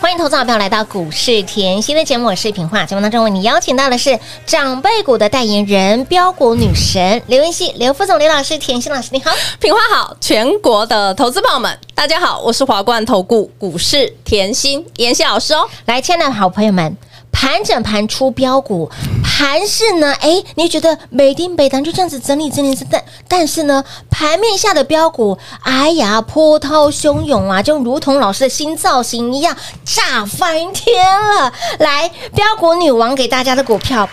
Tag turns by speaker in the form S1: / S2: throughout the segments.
S1: 欢迎投资好朋友来到股市甜心的节目，我是平化。节目当中为你邀请到的是长辈股的代言人标股女神刘文熙、刘副总、刘老师、甜心老师，你好。
S2: 品花好，全国的投资朋友们，大家好，我是华冠投顾股市甜心妍希老师哦。
S1: 来，亲爱的好朋友们，盘整盘出标股，盘市呢，哎，你觉得每丁每档就这样子整理整理，但但是呢，盘面下的标股，哎呀，波涛汹涌啊，就如同老师的新造型一样，炸翻天了。来，标股女王给大家的股票。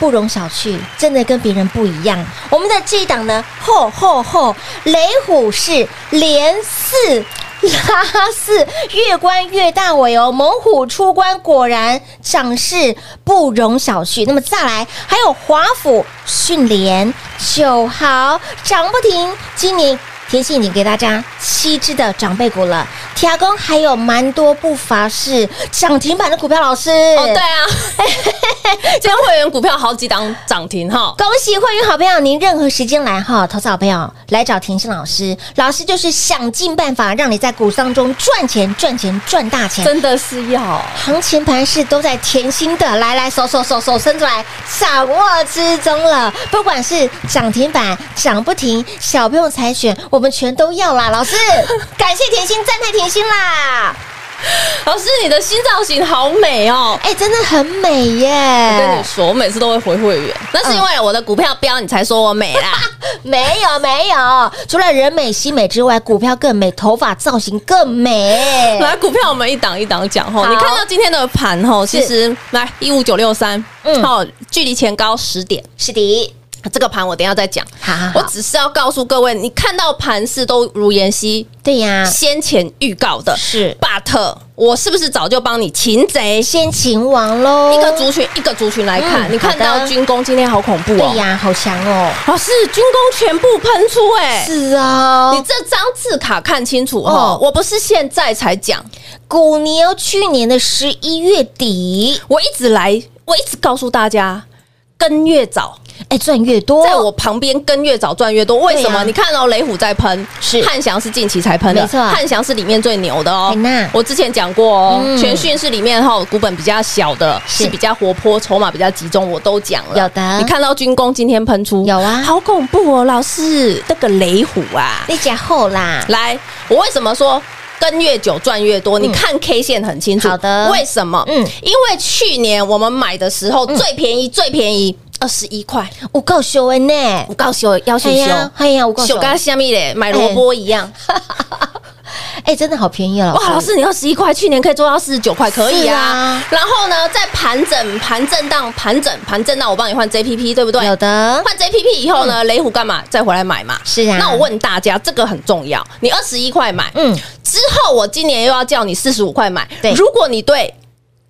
S1: 不容小觑，真的跟别人不一样。我们的这一档呢，吼吼吼，雷虎是连四。拉四越关越大尾哦，猛虎出关果然涨势不容小觑。那么再来，还有华府迅联九豪涨不停，今年甜心已经给大家七只的长辈股了，铁工还有蛮多不乏是涨停板的股票。老师，
S2: 哦，对 啊，今天会员股票好几档涨停哈。
S1: 恭喜会员好朋友，您任何时间来哈，投资好朋友来找甜心老师，老师就是想尽办法让你在股市当中赚钱、赚钱、赚大钱。
S2: 真的是要
S1: 行情盘势都在甜心的，来来手手手手伸出来，掌握之中了。不管是涨停板、涨不停、小朋友采选，我们全都要啦。老师，感谢甜心，赞叹甜心啦！
S2: 老师，你的新造型好美哦！
S1: 哎、真的很美
S2: 我跟
S1: 耶
S2: 你！说，我每次都会回会员，那是因为我的股票标，你才说我美啦。
S1: 没有没有，除了人美心美之外，股票更美，头发造型更美。
S2: 来，股票我们一档一档讲吼，
S1: 好
S2: 你看到今天的盘吼，其实来一五九六三，
S1: 嗯
S2: 好，距离前高十点，
S1: 是的，
S2: 这个盘我等一下再讲。
S1: 好好
S2: 我
S1: 好，
S2: 只是要告诉各位，你看到盘势都如妍希
S1: 对呀、
S2: 先前预告的
S1: 啊是
S2: ，but 我是不是早就帮你擒贼？
S1: 先秦王喽，
S2: 一个族群一个族群来看，
S1: 哦嗯
S2: 你看
S1: 好的
S2: 到军工今天好恐怖
S1: 对
S2: 哦，
S1: 呀、好强哦，
S2: 老师，军工全部喷出哎。
S1: 是啊、
S2: 你这张字卡看清楚哦
S1: 哦！
S2: 我不是现在才讲，
S1: 股牛去年的十一月底，
S2: 我一直来，我一直告诉大家，跟越早，
S1: 哎，赚越多，
S2: 在我旁边跟越早赚越多。为什
S1: 对
S2: 么？
S1: 啊
S2: 你看哦，雷虎在喷，
S1: 是
S2: 汉翔是近期才喷的，
S1: 没错
S2: 汉翔是里面最牛的哦
S1: 海纳。
S2: 我之前讲过哦，
S1: 嗯
S2: 全讯是里面哈股本比较小的，
S1: 是
S2: 是比较活泼，筹码比较集中，我都讲了。
S1: 有的
S2: 你看到军工今天喷出，
S1: 有啊
S2: 好恐怖哦，老师，那个雷虎啊，
S1: 那家后啦，
S2: 来，我为什么说跟越久赚越多？你看 K 线很清楚。
S1: 嗯好的
S2: 为什么？
S1: 嗯
S2: 嗯，因为去年我们买的时候最便宜，最便宜二十一块，
S1: 我够修恩呢，
S2: 我告诉你，要
S1: 哎呀，哎呀，我够
S2: 修
S1: 修，
S2: 跟虾米嘞，买萝卜一样。
S1: 哎，真的好便宜哦，
S2: 哇，老师，你二十一块，去年可以做到四十九块，可以啊
S1: 是啊。
S2: 然后呢，再盘整、盘震荡、盘整、盘震荡，我帮你换 JPP，对不对？
S1: 有的
S2: 换 JPP 以后呢，雷虎干嘛？再回来买嘛。
S1: 嗯是啊
S2: 那我问大家，这个很重要。你二十一块买，
S1: 嗯
S2: 嗯，之后我今年又要叫你四十五块买。
S1: 对
S2: 如果你对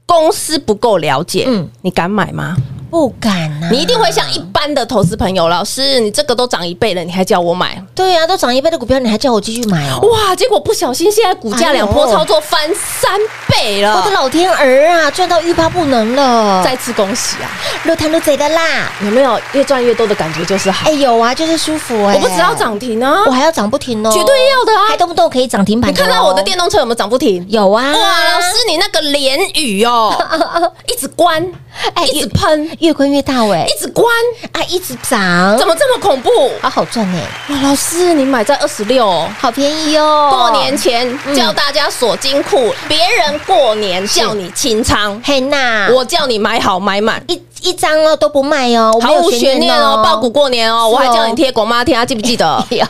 S2: 公司不够了解，
S1: 嗯
S2: 嗯，你敢买吗？
S1: 不敢啊呐，
S2: 你一定会像一般的投资朋友，老师，你这个都涨一倍了，你还叫我买？
S1: 对呀，都涨一倍的股票，你还叫我继续买哦，
S2: 哇！结果不小心，现在股
S1: 哎
S2: 价
S1: 呦
S2: 两波操作翻三倍
S1: 我的
S2: 了，
S1: 老天儿啊，赚到欲罢不能了，
S2: 再次恭喜啊！
S1: 路探路贼的啦，
S2: 有没有越赚越多的感觉就是好？
S1: 哎，有啊，就是舒服哎，
S2: 我不只要，涨停啊
S1: 我，还要涨不停哦，
S2: 绝对要的
S1: 还
S2: 啊！
S1: 动不动可以涨停板
S2: 你
S1: 的哦，
S2: 看到我的电动车有没有涨不停？
S1: 有啊，
S2: 哇，老师，你那个连雨哦， 哎一直关，
S1: 哎
S2: 一直喷，
S1: 越滚越大尾
S2: 一直关，
S1: 啊，一直涨，
S2: 怎么这么恐怖？
S1: 好好赚呢，
S2: 哇，老师，你买在二十六，
S1: 好便宜哦，
S2: 过年前
S1: 嗯
S2: 叫大家锁金库，别人过年叫你清仓，
S1: 嘿娜，
S2: 我叫你买好买满。
S1: 一一张哦都不卖哦，我没
S2: 毫
S1: 有
S2: 无悬念哦，爆股过年哦，
S1: 是哦
S2: 我还叫你贴狗妈贴，啊还记不记
S1: ？
S2: 得
S1: 有，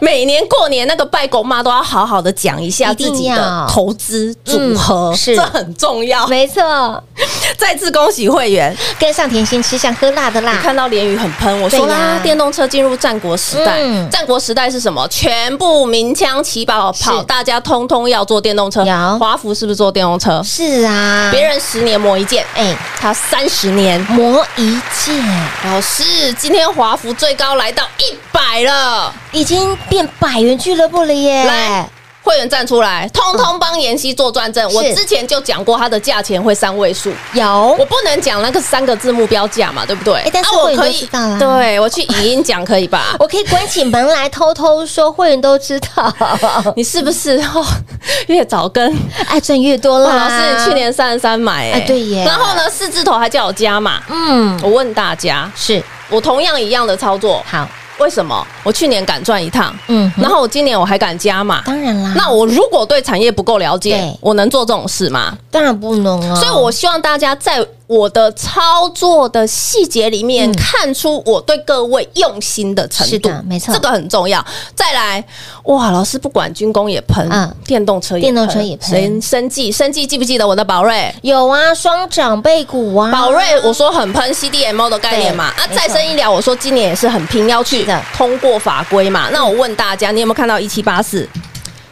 S2: 每年过年那个拜狗妈都要好好的讲一下
S1: 一定
S2: 自己
S1: 要
S2: 的投资组
S1: 嗯
S2: 合，
S1: 是
S2: 这很重要。
S1: 没错，
S2: 再次恭喜会员，
S1: 跟上甜心，吃香喝喝辣的
S2: 你
S1: 辣，
S2: 看到联宇很喷，我说
S1: 对呀
S2: 啦，电动车进入战国时代
S1: 嗯。
S2: 战国时代是什么？全部鸣枪起跑跑，
S1: 是
S2: 大家通通要坐电动车。
S1: 有
S2: 华孚是不是坐电动车？
S1: 是啊，
S2: 别人十年磨一剑，
S1: 哎
S2: 他三十年。
S1: 磨一剑
S2: 老师，今天华孚最高来到一百了，
S1: 已经变百元俱乐部了耶！
S2: 来，会员站出来，通通帮妍希做转正。
S1: 是
S2: 我之前就讲过，它的价钱会三位数，
S1: 有
S2: 我不能讲那个三个字目标价嘛，对不对
S1: 哦哎？但是
S2: 啊我
S1: 会员
S2: 可
S1: 都
S2: 以
S1: 知道啦
S2: 对我去语音讲可 以吧？
S1: 我可以关起门来偷偷说，会员都知道，
S2: 你是不是哦？ 越早跟
S1: 爱赚越多
S2: 哇，
S1: 啦。
S2: 老师，你去年三十三买哎、
S1: 哎对耶
S2: 然后呢，四字头还叫我加码。
S1: 嗯
S2: 我问大家，
S1: 是
S2: 我同样一样的操作，
S1: 好，
S2: 为什么我去年敢赚一趟，
S1: 嗯哼，
S2: 然后我今年我还敢加码？
S1: 当然啦，
S2: 那我如果对产业不够了解
S1: 对，
S2: 我能做这种事吗？
S1: 当然不能哦。
S2: 所以我希望大家在我的操作的细节里面
S1: 嗯
S2: 看出我对各位用心的程
S1: 是
S2: 度
S1: 的，没错
S2: 这个很重要。再来，哇，老师不管军工也喷，
S1: 嗯
S2: 电动车也
S1: 电动车也喷
S2: 生生技，生技记不记得我的宝瑞？
S1: 有啊，双长辈股啊，
S2: 宝瑞我说很喷 CDMO 的概念嘛，
S1: 对
S2: 啊，
S1: 没错
S2: 再生医疗我说今年也是很拼，要去
S1: 是的
S2: 通过法规嘛。那我问大家，你有没有看到一七八四？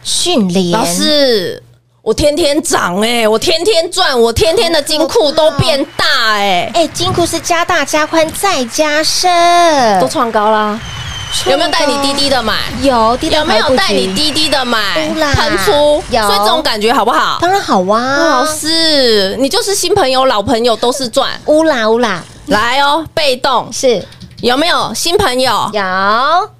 S1: 训练
S2: 老师，我天天涨哎、我天天赚，我天天的金库都变大哎、
S1: 哎，金库是加大、加宽再加深，哎
S2: 都创高啦。有没有带你滴滴的买？
S1: 有低档
S2: 有没有
S1: 排骨
S2: 带你
S1: 局？
S2: 滴滴的买
S1: 有啦？
S2: 喷出，
S1: 有
S2: 所以这种感觉好不好？
S1: 当然好啊
S2: 老，师，你就是新朋友、老朋友都是赚。
S1: 乌啦乌啦，
S2: 来哦，被动
S1: 是
S2: 有没有新朋友？
S1: 有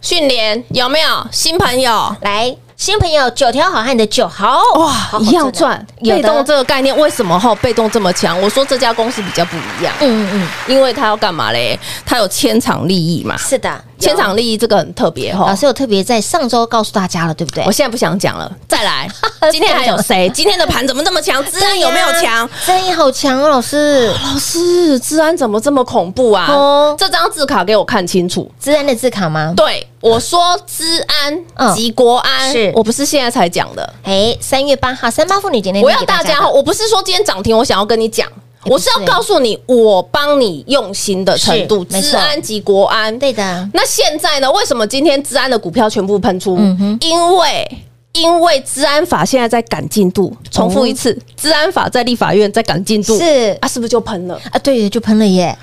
S2: 训练有没有新朋友？
S1: 来。新朋友，九条好汉的九豪
S2: 哇，一样赚。
S1: 有
S2: 被
S1: 的
S2: 动这个概念为什么后被动这么强？我说这家公司比较不一样，
S1: 嗯嗯，
S2: 因为它要干嘛嘞？它有千场利益嘛。
S1: 是的，
S2: 千
S1: 有哦
S2: 场利益这个很特别哈。
S1: 老师有特别在上周告诉大家了，对不对
S2: 我？现在不想讲了，再来。今天还有谁？今天的盘怎么这么强？资安有没有强？
S1: 生意好强哦，老师，
S2: 老师，资安怎么这么恐怖啊？
S1: 哦
S2: 这张字卡给我看清楚。
S1: 自然的字卡吗？
S2: 对，我说资安
S1: 嗯
S2: 及国安，
S1: 是
S2: 我不是现在才讲的。
S1: 哎，三月八号三八妇女节那天
S2: 我要
S1: 给
S2: 大家，
S1: 的
S2: 我不是说今天涨停，我想要跟你讲，
S1: 不
S2: 我
S1: 是
S2: 是要告诉你，我帮你用心的程度，
S1: 嗯是没错
S2: 资安及国安。
S1: 对的，
S2: 那现在呢？为什么今天治安的股票全部喷出？
S1: 嗯哼
S2: 因为因为治安法现在在赶进度，重复一次，治安法在立法院在赶进度，
S1: 是
S2: 啊，是不是就喷了？
S1: 啊，对，就喷了耶，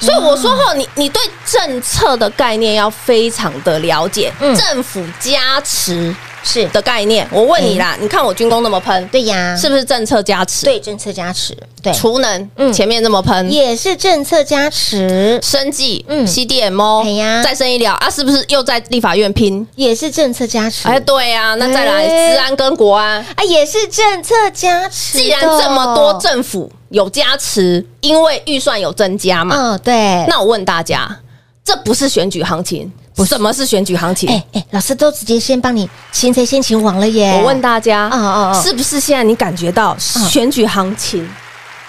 S2: 所以我说后，你你对政策的概念要非常的了解，
S1: 嗯
S2: 政府加持
S1: 是嗯
S2: 的概念。我问你啦，你看我军工那么喷，
S1: 对呀，
S2: 是不是政策加持？，
S1: 对政策加持，对，
S2: 储能、
S1: 嗯
S2: 前面这么喷，
S1: 也是政策加持，
S2: 生技、
S1: 嗯
S2: CDMO、
S1: 哎呀
S2: 再生医疗啊，是不是又在立法院拼？
S1: 也是政策加持，
S2: 哎，对呀、啊，那再来
S1: 哎
S2: 治安跟国安，
S1: 啊，也是政策加持的，
S2: 既然这么多政府有加持，因为预算有增加嘛，
S1: 嗯，对，
S2: 那我问大家，这不是选举行情？什么是选举行情？
S1: 哎哎，老师都直接先帮你擒贼先擒王了耶，
S2: 我问大家，
S1: 哦哦哦
S2: 是不是现在你感觉到
S1: 嗯
S2: 选举行情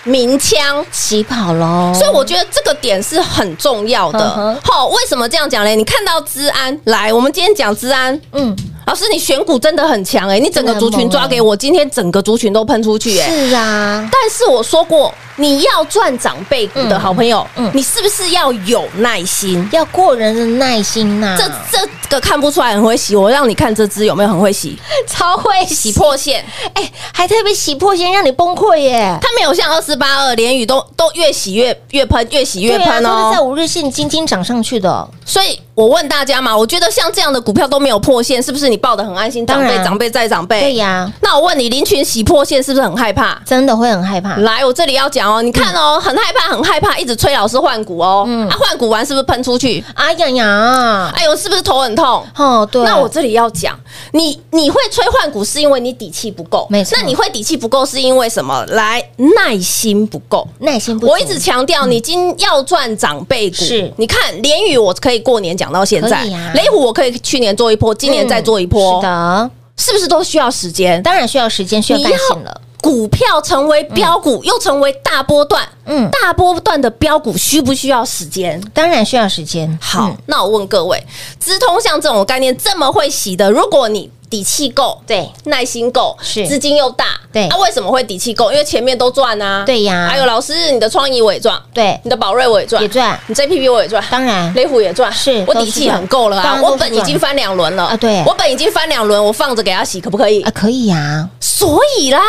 S2: 鸣枪？
S1: 起跑喽，
S2: 所以我觉得这个点是很重要
S1: 嗯
S2: 的
S1: 哼。
S2: 好、为什么这样讲嘞？你看到治安，来，我们今天讲治安，
S1: 嗯，
S2: 老师，你选股真的很强哎、你整个
S1: 真的
S2: 族
S1: 很
S2: 群
S1: 猛
S2: 抓
S1: 哎
S2: 给我，今天整个族群都喷出去哎、
S1: 是啊，
S2: 但是我说过，你要赚长辈股的好朋友，
S1: 嗯嗯
S2: 你是不是要有耐心？
S1: 要过人的耐心呐、
S2: 这这个看不出来很会洗，我让你看这只有没有很会洗，
S1: 超会洗
S2: 洗破线，
S1: 哎、还特别洗破先让你崩溃耶！
S2: 它没有像二四八二连雨都都越洗越越喷，越洗越
S1: 啊，
S2: 喷
S1: 都是在
S2: 哦。
S1: 五日线轻轻涨上去的哦，
S2: 所以我问大家嘛，我觉得像这样的股票都没有破线，是不是你抱得很安心？
S1: 当
S2: 长辈
S1: 然
S2: 长辈再长辈，
S1: 对呀、
S2: 那我问你，林群洗破线是不是很害怕？
S1: 真的会很害怕。
S2: 来，我这里要讲哦，你看哦，很害怕，很害怕，一直催老师换股哦。
S1: 嗯
S2: 啊，换股完是不是喷出去？
S1: 啊呀呀，
S2: 哎呦，是不是头很痛？
S1: 哦，对，
S2: 那我这里要讲，你你会催换股是因为你底气不够，
S1: 没错
S2: 那你会底气不够是因为什么？来，耐心不够。
S1: 耐心不足，
S2: 我一直强调，你今要赚长辈股。
S1: 是
S2: 你看联宇，我可以过年讲到现在
S1: 可以啊；
S2: 雷虎，我可以去年做一波，今年再做
S1: 嗯
S2: 一波
S1: 是，的，
S2: 是不是都需要时间？
S1: 当然需要时间，需要耐心了。
S2: 股票成为标股，又成为大波段，
S1: 嗯
S2: 大波段的标股需不需要时间？
S1: 当然需要时间。
S2: 好，
S1: 嗯
S2: 那我问各位，资通像这种概念这么会洗的，如果你底气够，
S1: 对
S2: 耐心够，
S1: 是
S2: 资金又大，
S1: 对
S2: 啊，为什么会底气够？因为前面都赚啊，
S1: 对呀
S2: 还有老师，你的创意我也赚，
S1: 对
S2: 你的宝瑞我也赚，
S1: 也赚
S2: 你 JPP 我也赚，
S1: 当然
S2: 雷虎也赚，
S1: 是
S2: 我
S1: 都
S2: 底
S1: 是
S2: 气
S1: 赚
S2: 很够了
S1: 当
S2: 啊，
S1: 然都
S2: 我
S1: 是
S2: 本已
S1: 赚
S2: 经翻两轮了
S1: 啊对
S2: 我本已经翻两轮，我放着给他洗可不可以
S1: 啊，？可以呀，
S2: 所以啦，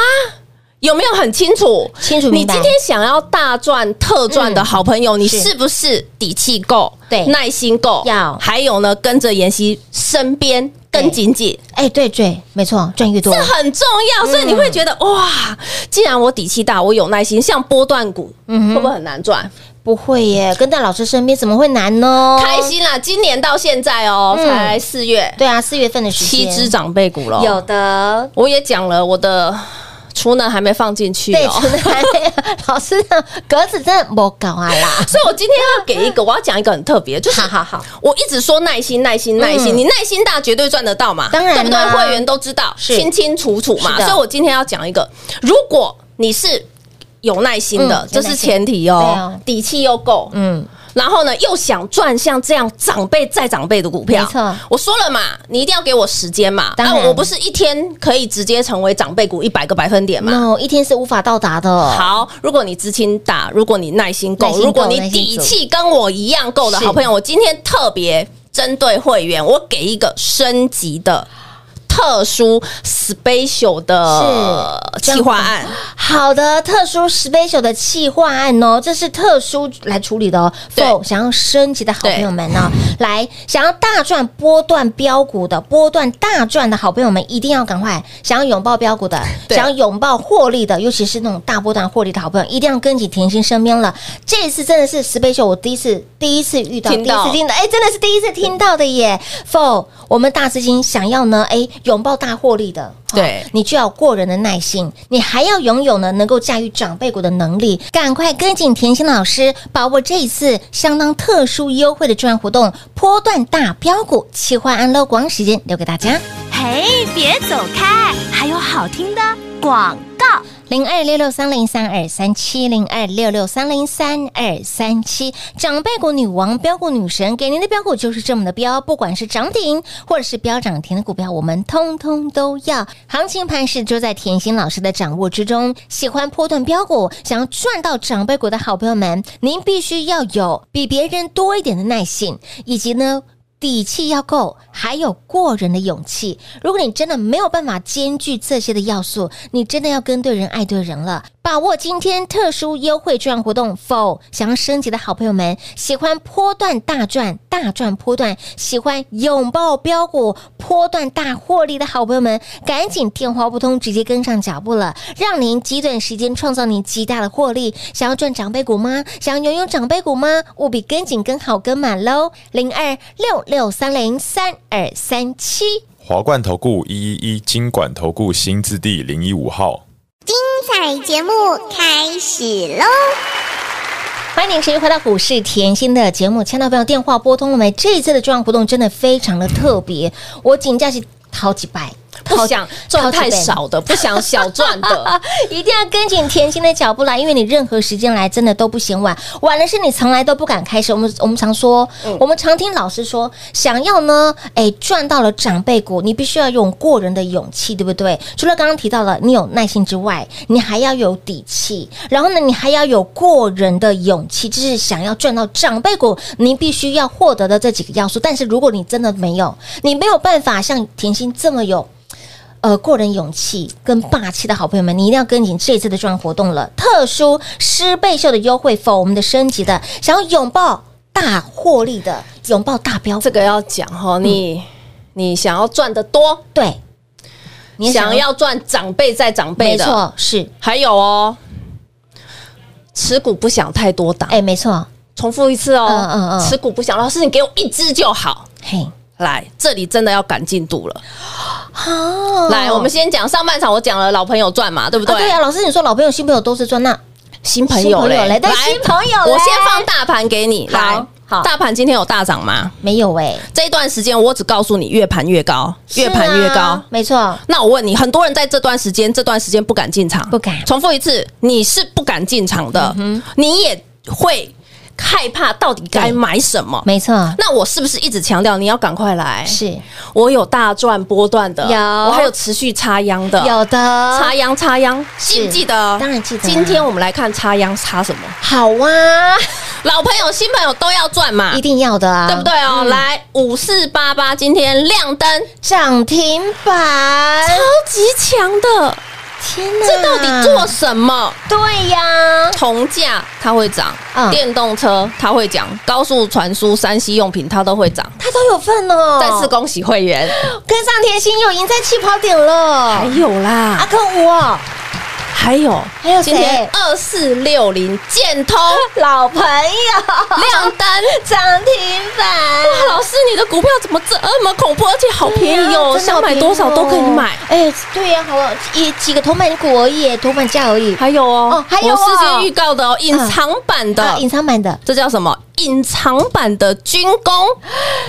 S2: 有没有很清楚？
S1: 清楚
S2: 你
S1: 明白嗯
S2: 今天想要大赚特赚的好朋友，你是不是底气够？
S1: 对
S2: 耐心够，
S1: 要
S2: 还有呢，跟着妍希身边跟紧紧，
S1: 哎，对对，嗯没错，赚越多
S2: 这，很重要。所以你会觉得哇，既然我底气大，我有耐心，像波段股，
S1: 嗯
S2: 会不会很难赚？
S1: 不会耶，跟在老师身边怎么会难呢？
S2: 开，心啦！今年到现在哦，
S1: 哦嗯
S2: 才四月，
S1: 对啊，四月份的时
S2: 七
S1: 间，
S2: 只长辈股了。哦
S1: 有，的，
S2: 我也讲了，我的储能还没放进去
S1: 对，
S2: 哦。
S1: 出来，老师的 格子真的不搞啊啦，
S2: 所以我今天要给一个，我要讲一个很特别，就是
S1: 好好好，
S2: 我一直说耐心、耐心、耐心，
S1: 嗯
S2: 你耐心大绝对赚得到嘛，
S1: 当然啦啊
S2: 对不对？会员都知道，
S1: 是
S2: 清清楚楚嘛。
S1: 是的
S2: 所以我今天要讲一个，如果你是有耐心的
S1: 嗯，
S2: 这是前提
S1: 有耐
S2: 哦
S1: 心对哦，
S2: 底气又够，
S1: 嗯，
S2: 然后呢又想赚像这样长辈再长辈的股票，
S1: 没错
S2: 我说了嘛，你一定要给我时间嘛，啊
S1: 当然
S2: 我不是一天可以直接成为长辈股一百个百分点嘛，
S1: no，一天是无法到达的，，
S2: 好，如果你资金大，如果你耐心够
S1: 耐，心够
S2: 如果你
S1: 耐心
S2: 底
S1: 足
S2: 气跟我一样够的
S1: 是
S2: 好朋友，我今天特别针对会员，我给一个升级的。特殊 special 的
S1: 是
S2: 计划案，
S1: 好的，特殊 special 的企划案哦，这是特殊来处理的哦。
S2: 对
S1: 否，想要升级的好朋友们呢、来想要大赚波段标股的、波段大赚的好朋友们，一定要赶快！想要拥抱标股的，
S2: 对
S1: 想要拥抱获利的，尤其是那种大波段获利的好朋友，一定要跟紧甜心身边了。这一次真的是 special，我第一次第一次遇到，
S2: 听到
S1: 第一次听到，哎，真的是第一次听到的耶。否，我们大资金想要呢，哎，拥抱大获利的，
S2: 对
S1: 你就要有过人的耐心，你还要拥有呢能够驾驭长辈股的能力。赶快跟紧甜心老师，把握这一次相当特殊优惠的专案活动——波段大标股切换安乐广时间留给大家。
S3: 嘿，别走开，还有好听的广告。
S1: 零二六六三零三二三七零二六六三零三二三七，长辈股女王标股女神给您的标股就是这么的标，不管是涨停或者是标涨停的股票，我们通通都要。行情盘势就在甜心老师的掌握之中。喜欢波段标股，想要赚到长辈股的好朋友们，您必须要有比别人多一点的耐性，以及呢。底气要够，还有过人的勇气。如果你真的没有办法兼具这些的要素，你真的要跟对人、爱对人了。把握今天特殊优惠券活动，否？想要升级的好朋友们，喜欢波段大赚、大赚波段，喜欢拥抱标股、波段大获利的好朋友们，赶紧电话不通，直接跟上脚步了，让您极短时间创造您极大的获利。想要赚长辈股吗？想要拥有长辈股吗？务必跟紧、跟好、跟满喽！零二六六三零三二三七。
S4: 华冠投顾一一一金管投顾新字第零一五号，
S5: 彩节目开始喽！
S1: 欢迎持续回到股市甜心的节目，签到朋友电话拨通了没？这一次的专案活动真的非常的特别，我请假是好几百，
S2: 不
S1: 好
S2: 想赚
S1: 好几倍
S2: 太少的，不想小赚的，
S1: 一定要跟紧甜心的脚步来，因为你任何时间来真的都不嫌晚，晚了是你从来都不敢开始。我们我们常说，我们常听老师说，想要呢，哎，赚到了长辈股，你必须要有过人的勇气，对不对？除了刚刚提到了你有耐心之外，你还要有底气，然后呢，你还要有过人的勇气，这是想要赚到长辈股，你必须要获得的这几个要素。但是如果你真的没有，你没有办法像甜心这么有呃过人勇气跟霸气的好朋友们，你一定要跟紧这一次的专案活动了。特殊狮背秀的优惠，否我们的升级的，想要拥抱大获利的，拥抱大标
S2: 这个要讲哈。你你想要赚得多，
S1: 对，你也
S2: 想要赚长辈再长辈
S1: 没
S2: 的，
S1: 错是
S2: 还有哦，持股不想太多档
S1: 哎、，没错
S2: 重复一次哦，
S1: 嗯嗯嗯
S2: 持股不想，老师你给我一只就好。
S1: 嘿
S2: 来，这里真的要赶进度了。
S1: 好
S2: 来，我们先讲上半场，我讲了老朋友赚嘛，对不对？
S1: 嗯啊对啊，老师你说老朋友新朋友都是赚那
S2: 新朋友
S1: 新朋友
S2: 嘞
S1: 嘞，但新朋友嘞
S2: 我先放大盘给你。
S1: 好
S2: 来，
S1: 好
S2: 大盘今天有大涨吗？
S1: 没有哎、
S2: 这一段时间我只告诉你，越盘越高，越盘越
S1: 是
S2: 高
S1: 啊。没错
S2: 那我问你，很多人在这段时间，这段时间不敢进场，
S1: 不敢嗯
S2: 重复一次，你是不敢进场的，你也会害怕到底该
S1: 对
S2: 买什么。
S1: 没错，
S2: 那我是不是一直强调你要赶快来？
S1: 是
S2: 我有大赚波段的，
S1: 有
S2: 我还有持续插秧的，
S1: 有的，
S2: 插秧插秧，记不记得？
S1: 当然记得啊
S2: 今天我们来看插秧插什么，
S1: 好啊，
S2: 老朋友、新朋友都要赚嘛
S1: 一，定要的啊，
S2: 对不对哦？来五四八八，今天亮灯，
S1: 涨停板，
S2: 超级强的，
S1: 天哪，
S2: 这到底做什么？
S1: 对呀？
S2: 铜价它会涨，
S1: 嗯
S2: 电动车它会涨，高速传输、三 C 用品它都会涨。
S1: 他都有份哦，
S2: 再次恭喜会员，
S1: 跟上甜心又赢在起跑点了，
S2: 有哎啦
S1: 阿克五哦，
S2: 还有
S1: 还有
S2: 今天
S1: 谁？
S2: 二四六零建 通
S1: 老朋友
S2: 亮灯。
S1: 涨停板，
S2: 哇，老师，你的股票怎么这呃么恐怖，而且好便宜哦，
S1: 对啊
S2: 想买多少都可以买。。
S1: 真的好便宜哦哎，对呀，好了，也几个头版股而已，头版价而已，
S2: 还有哦
S1: 哦，还有哦
S2: 我事先预告的哦，隐藏版
S1: 啊
S2: 的，
S1: 隐藏版的，
S2: 这叫什么？隐藏版的军 工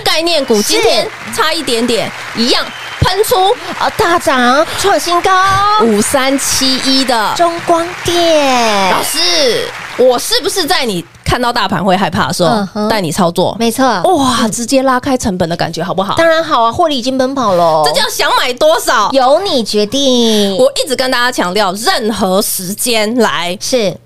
S2: 概念股，今天差一点点，一样喷出
S1: 哦，大涨创新高，
S2: 五三七一的。
S1: 中光电
S2: 老，师，我是不是在你看到大盘会害怕的时
S1: 嗯
S2: 候
S1: 哼
S2: 带你操作？
S1: 没错，
S2: 哇，直接拉开成本的感觉好不好？
S1: 当然好啊，获利已经奔跑了，
S2: 这叫想买多少？
S1: 由你决定，
S2: 我一直跟大家强调，任何时间来，
S1: 是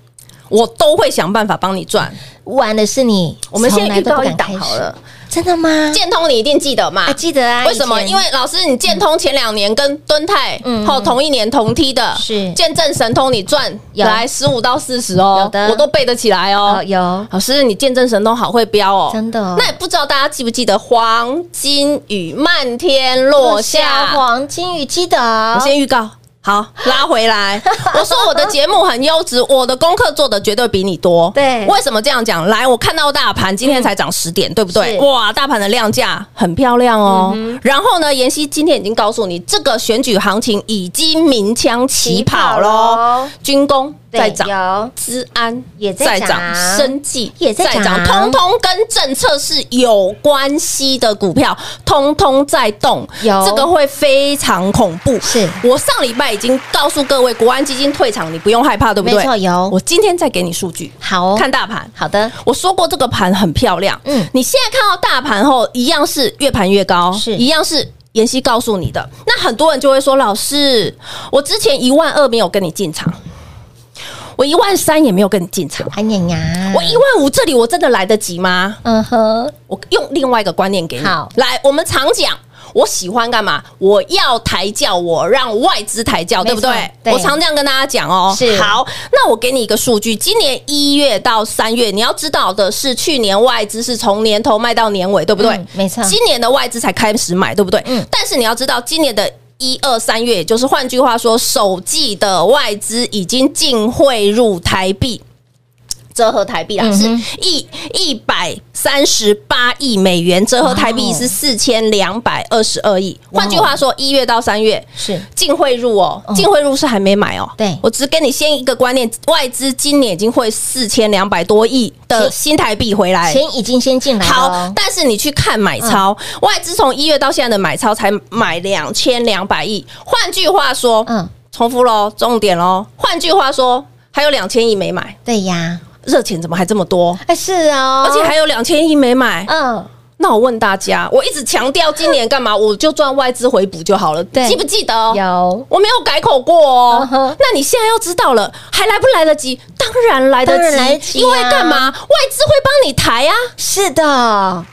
S2: 我都会想办法帮你赚。
S1: 玩的是你，
S2: 我们先
S1: 从来
S2: 预
S1: 都
S2: 告
S1: 不
S2: 一
S1: 敢
S2: 档
S1: 开
S2: 好
S1: 始
S2: 了，
S1: 真的吗？
S2: 建通你一定记得嘛
S1: 啊，？记得啊，
S2: 为什么？
S1: 以前
S2: 因为老师，你建通前两年跟敦泰
S1: 嗯
S2: 后同一年同梯的，
S1: 是
S2: 见证神通，你赚
S1: 有
S2: 来十五到四十
S1: 有
S2: 哦
S1: 的，
S2: 我都背得起来哦
S1: 哦。有
S2: 老师，你见证神通好会标哦，
S1: 真的哦
S2: 那也不知道大家记不记得黄金雨漫天落下？
S1: 黄金与基
S2: 我
S1: 岛，
S2: 先预告。好，拉回来。我说我的节目很优质，我的功课做的绝对比你多。
S1: 对
S2: 为什么这样讲？来，我看到大盘今天才涨十点，对不对？
S1: 是嗯
S2: 哇，大盘的量价很漂亮哦。然后呢，妍希今天已经告诉你，这个选举行情已经鸣枪
S1: 起
S2: 起跑
S1: 跑
S2: 喽
S1: 咯，
S2: 军工在
S1: 对
S2: 涨，
S1: 有
S2: 治安
S1: 也在涨
S2: 生技
S1: 也在啊涨
S2: 通通跟政策是有关系的股票，通通在动，
S1: 有
S2: 这个会非常恐怖。
S1: 是
S2: 我上礼拜已经告诉各位，国安基金退场，你不用害怕，对不对？
S1: 没错有
S2: 我今天再给你数据，
S1: 好哦
S2: 看大盘。
S1: 好的，
S2: 我说过这个盘很漂亮，嗯
S1: 嗯，
S2: 你现在看到大盘后，一样是越盘越高，
S1: 是
S2: 一样是妍希告诉你的。那很多人就会说，老师，我之前一万二没有跟你进场，我一万三也没有跟你进场，
S1: 安雅雅，
S2: 我一万五这里我真的来得及吗？
S1: 嗯哼，
S2: 我用另外一个观念给你
S1: 好，
S2: 来，我们常讲。我喜欢干嘛？我要抬轿，我让外资抬轿，
S1: 没错
S2: 对不对？
S1: 对
S2: 我常这样跟大家讲哦。
S1: 是
S2: 好，那我给你一个数据，今年一月到三月，你要知道的是，去年外资是从年头卖到年尾，对不对？
S1: 嗯没错
S2: 今年的外资才开始买，对不对？
S1: 嗯
S2: 但是你要知道，今年的一二三月，也就是换句话说，首季的外资已经净汇入台币。折合台币啦，
S1: 嗯
S2: 是
S1: 哼
S2: 一一百三十八亿美元，折合台币
S1: 哇哦
S2: 是四千两百二十二亿。
S1: 哇哦
S2: 换句话说，一月到三月
S1: 是
S2: 净汇入哦，
S1: 嗯
S2: 净汇入是还没买哦。
S1: 对
S2: 我只给你先一个观念，外资今年已经汇四千两百多亿的
S1: 钱
S2: 新台币回来。
S1: 钱已经先进来了
S2: 哎好
S1: 哦，，嗯
S2: 但是你去看买超，外资从一月到现在的买超才买两千两百亿。换句话说，
S1: 嗯，
S2: 重复喽，重点喽。换句话说，还有两千亿没买，
S1: 对呀，
S2: 热钱怎么还这么多？
S1: 哎是哦，
S2: 而且还有两千亿没买。
S1: 嗯，
S2: 那我问大家，我一直强调今年干嘛？我就赚外资回补就好了，
S1: 对
S2: 记不记得？
S1: 有
S2: 我没有改口过哦
S1: 嗯。哼
S2: 那你现在要知道了，还来不来得及？当然来得
S1: 当
S2: 及，
S1: 然来得及啊
S2: 因为干嘛？外资会帮你抬啊，
S1: 是的，哦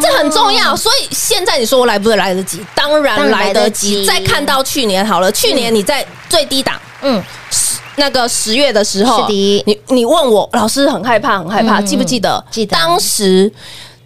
S2: 这很重要。所以现在你说我来不来得及？当
S1: 当
S2: 然
S1: 然
S2: 来
S1: 来
S2: 得
S1: 得
S2: 及。
S1: 及
S2: 再看到去年好了，去年你在最低档。
S1: 嗯，
S2: 那个十月的时候，
S1: 是的
S2: 你你问我老师很害怕，很害怕，
S1: 嗯
S2: 记不记得？
S1: 记得
S2: 当时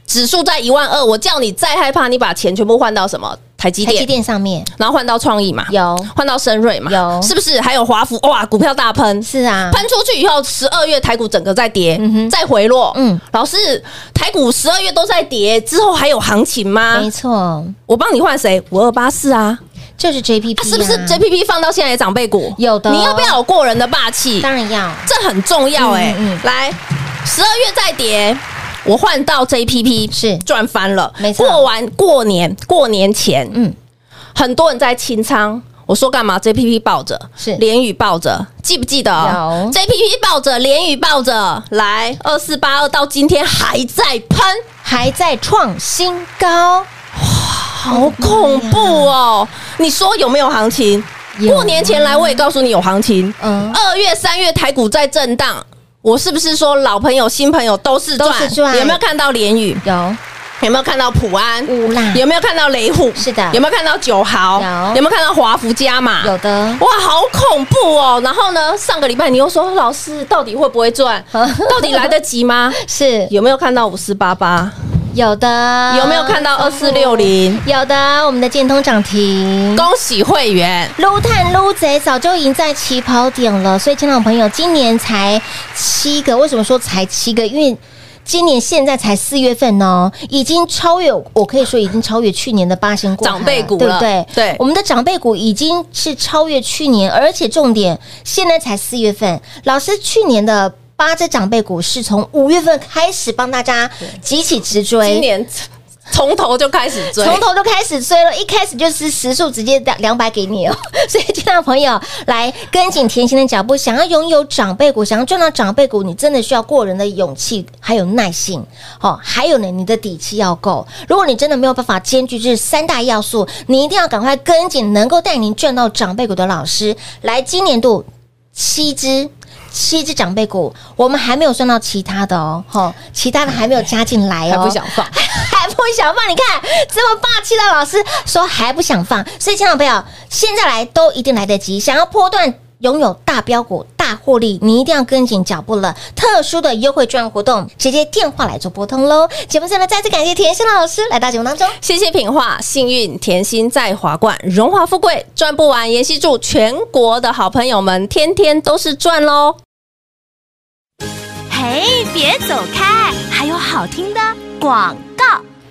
S2: 指数在一万二，我叫你再害怕，你把钱全部换到什么台积
S1: 台积
S2: 电，
S1: 电上面
S2: 然后换到创意嘛，
S1: 有
S2: 换到深瑞嘛，
S1: 有
S2: 是不是？还有华孚，哇，股票大喷。
S1: 是啊，
S2: 喷出去以后，十二月台股整个在跌，
S1: 哼
S2: 再回落。嗯
S1: 嗯，
S2: 老师，台股十二月都在跌，之后还有行情吗
S1: 没？错，
S2: 我帮你换谁？五二八四啊，
S1: 就是 JPP，
S2: 啊
S1: 啊
S2: 是不是 JPP 放到现在也长辈股？
S1: 有的
S2: 你要不要有过人的霸气？
S1: 当然要，
S2: 这很重要哎、
S1: 嗯嗯嗯
S2: 来，十二月再跌，我换到 JPP
S1: 是
S2: 赚翻了，
S1: 没错
S2: 过完过年，过年前，
S1: 嗯，
S2: 很多人在清仓。我说干嘛？JPP 抱着，
S1: 是
S2: 联宇抱着，记不记得
S1: 有
S2: ？JPP 抱着，联宇抱着，来二四八二到今天还在喷，
S1: 还在创新高，
S2: 好恐怖哦！你说有没有行情？
S1: 啊有啊
S2: 过年前来我也告诉你有行情，
S1: 嗯，
S2: 二月、三月台股在震荡，我是不是说老朋友、新朋友都是
S1: 都是
S2: 赚？
S1: 赚
S2: 有没有看到联宇？
S1: 有
S2: 有没有看到普安？
S1: 乌啦，
S2: 有没有看到雷虎？
S1: 嗯是的
S2: 有没有看到九豪？
S1: 有
S2: 有没有看到华福加码？
S1: 有的，
S2: 哇，好恐怖哦！然后呢，上个礼拜你又说老师到底会不 会赚？到底来得及吗？
S1: 是呃
S2: 有没有看到五四八八？
S1: 有的，
S2: 有没有看到二四六零？
S1: 有的，我们的建通涨停。
S2: 恭喜会员！
S1: 撸探撸贼早就赢在起跑点了，所以，亲老朋友，今年才七个，为什么说才七个？因为今年现在才四月份哦，已经超越，我可以说已经超越去年的八仙过海
S2: 长辈股
S1: 对不
S2: 了
S1: 对？
S2: 对
S1: 我们的长辈股已经是超越去年，而且重点现在才四月份，老师去年的。八只长辈股是从五月份开始帮大家集起直追，
S2: 今年从头就开始追，
S1: 从头就开始追了，一开始就是时速直接两两百给你哦。 所以，亲爱的朋友，来跟紧甜心的脚步，想要拥有长辈股，想要赚到长辈股，你真的需要过人的勇气，还有耐性哦，还有呢，你的底气要够。如果你真的没有办法兼具这三大要素，你一定要赶快跟紧能够带您赚到长辈股的老师。来，今年度七只。七只长辈股，我们还没有算到其他的哦，吼，其他的还没有加进来
S2: 还
S1: 哦，
S2: 不想放。
S1: 还不想放，你看这么霸气的老师说还不想放，所以亲爱的朋友，现在来都一定来得及。想要波段拥有大标股、大获利，你一定要跟紧脚步了。特殊的优惠券活动，直接电话来做拨通喽。节目最后呢，再次感谢田心老师来到节目当中。
S2: 谢谢品画，幸运甜心在华冠，荣华富贵赚不完。妍希祝全国的好朋友们天天都是赚喽！
S3: 嘿，别走开，还有好听的广告。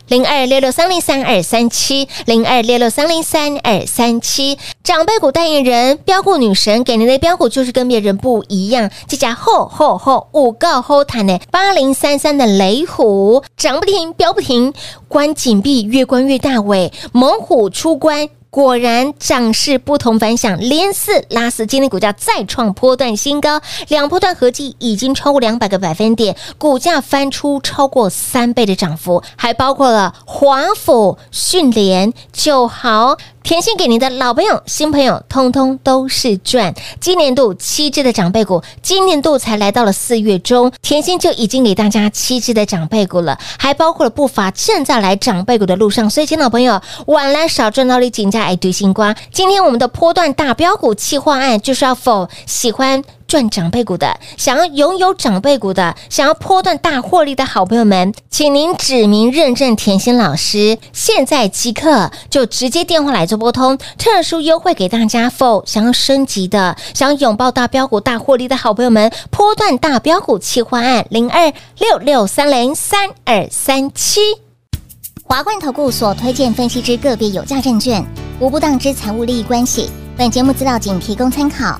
S1: 零二六六三零三二三七，零二六六三零三二三七。长辈股代言人标股女神给您的标股就是跟别人不一样，这家厚厚厚五个厚谈呢，八零三三的雷虎涨不停，飙不停，关紧闭越关越大尾，猛虎出关。果然涨势不同凡响，连四拉四，今天股价再创波段新高，两波段合计已经超过两百个百分点，股价翻出超过三倍的涨幅，还包括了华府、迅联、九豪。甜心给您的老朋友、新朋友，通通都是赚。今年度七只的长辈股，今年度才来到了四月中，甜心就已经给大家七只的长辈股了，还包括了不乏正在来长辈股的路上。所以，亲老朋友，晚来少赚到你紧加哎堆新瓜。今天我们的波段大标股企划案，就是要否喜欢。赚长辈股的，想要拥有长辈股的，想要波段大获利的好朋友们，请您指名认证甜心老师，现在即刻就直接电话来做拨通，特殊优惠给大家。否，想要升级的，想要拥抱大标股大获利的好朋友们，波段大标股企划案零二六六三零三二三七。
S5: 华冠投顾所推荐分析之个别有价证券，无不当之财务利益关系。本节目资料仅提供参考，